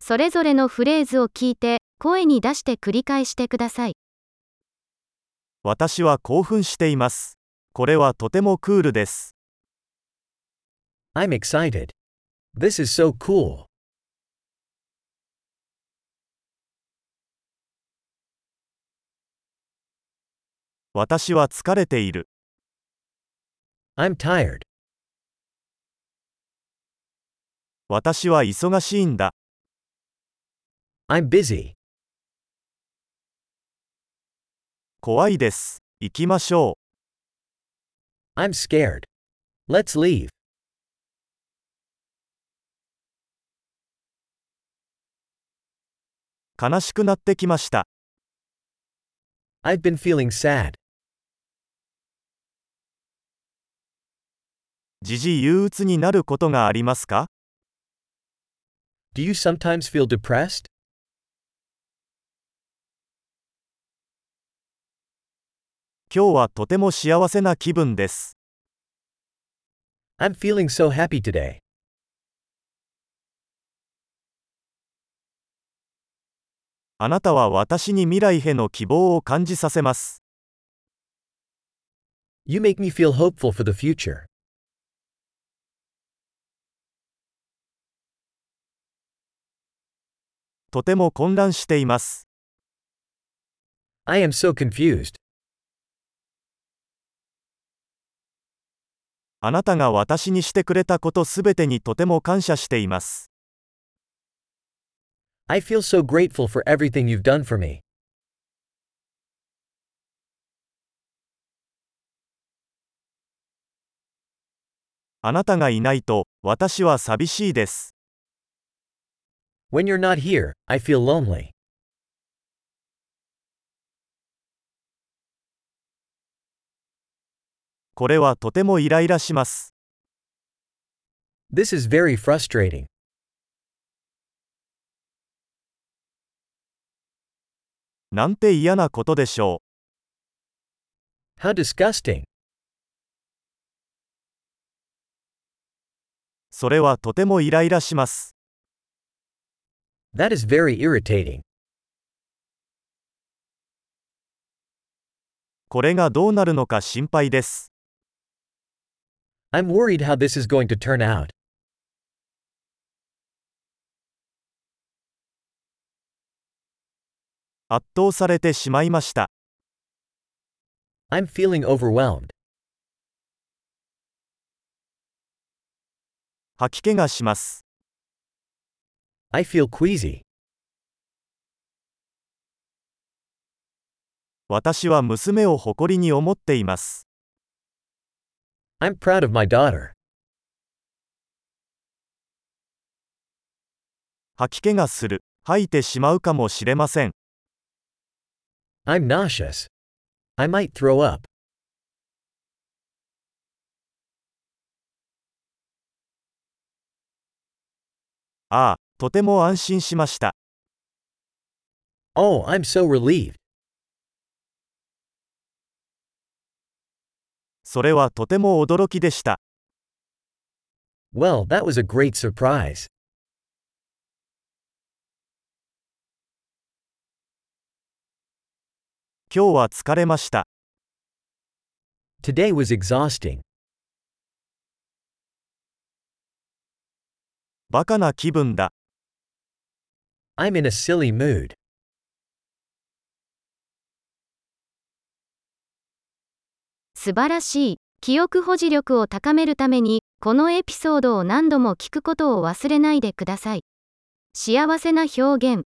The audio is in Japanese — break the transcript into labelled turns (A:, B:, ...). A: それぞれのフレーズを聞いて、声に出して繰り返してください。
B: 私は興奮しています。これはとてもクールです。
C: I'm excited. This is so cool.
B: 私は疲れている。
C: I'm tired.
B: 私は忙しいんだ。
C: I'm busy.
B: 怖いです。行きましょ
C: I'm scared. Let's leave.
B: う。悲しくなってきました。
C: I've been feeling sad.
B: 時々憂鬱になることがありますか
C: Do you sometimes feel depressed?
B: 今日はとても幸せな気分です。
C: I'm feeling so happy today.
B: あなたは私に未来への希望を感じさせます。
C: You make me feel hopeful for the future.
B: とても混乱しています。
C: I am so confused.
B: あなたが私にしてくれたことすべてにとても感謝しています。
C: I feel so grateful for everything you've done for me.
B: あなたがいないと、私は寂しいです。
C: When you're not here, I feel lonely.
B: これはとてもイライラします。
C: This is very frustrating.
B: なんて嫌なことでしょう。
C: How disgusting.
B: それはとてもイライラします。
C: That is very irritating.
B: これがどうなるのか心配です。
C: I'm worried how this is going to turn out.
B: 圧倒されてしまいました。
C: I'm feeling overwhelmed.
B: 吐き気がします。
C: I feel queasy.
B: 私は娘を誇りに思っています。
C: I'm proud of my daughter.
B: 吐き気がする。吐いてしまうかもしれません。
C: I'm nauseous. I might throw up.
B: ああ、とても安心しました。
C: Oh, I'm so relieved.
B: それはとても驚きでした。
C: Well, that was a great surprise.
B: 今日は疲れました。
C: Today was exhausting.
B: バカな気分だ。
C: I'm in a silly mood.
A: 素晴らしい。記憶保持力を高めるために、このエピソードを何度も聞くことを忘れないでください。幸せな表現、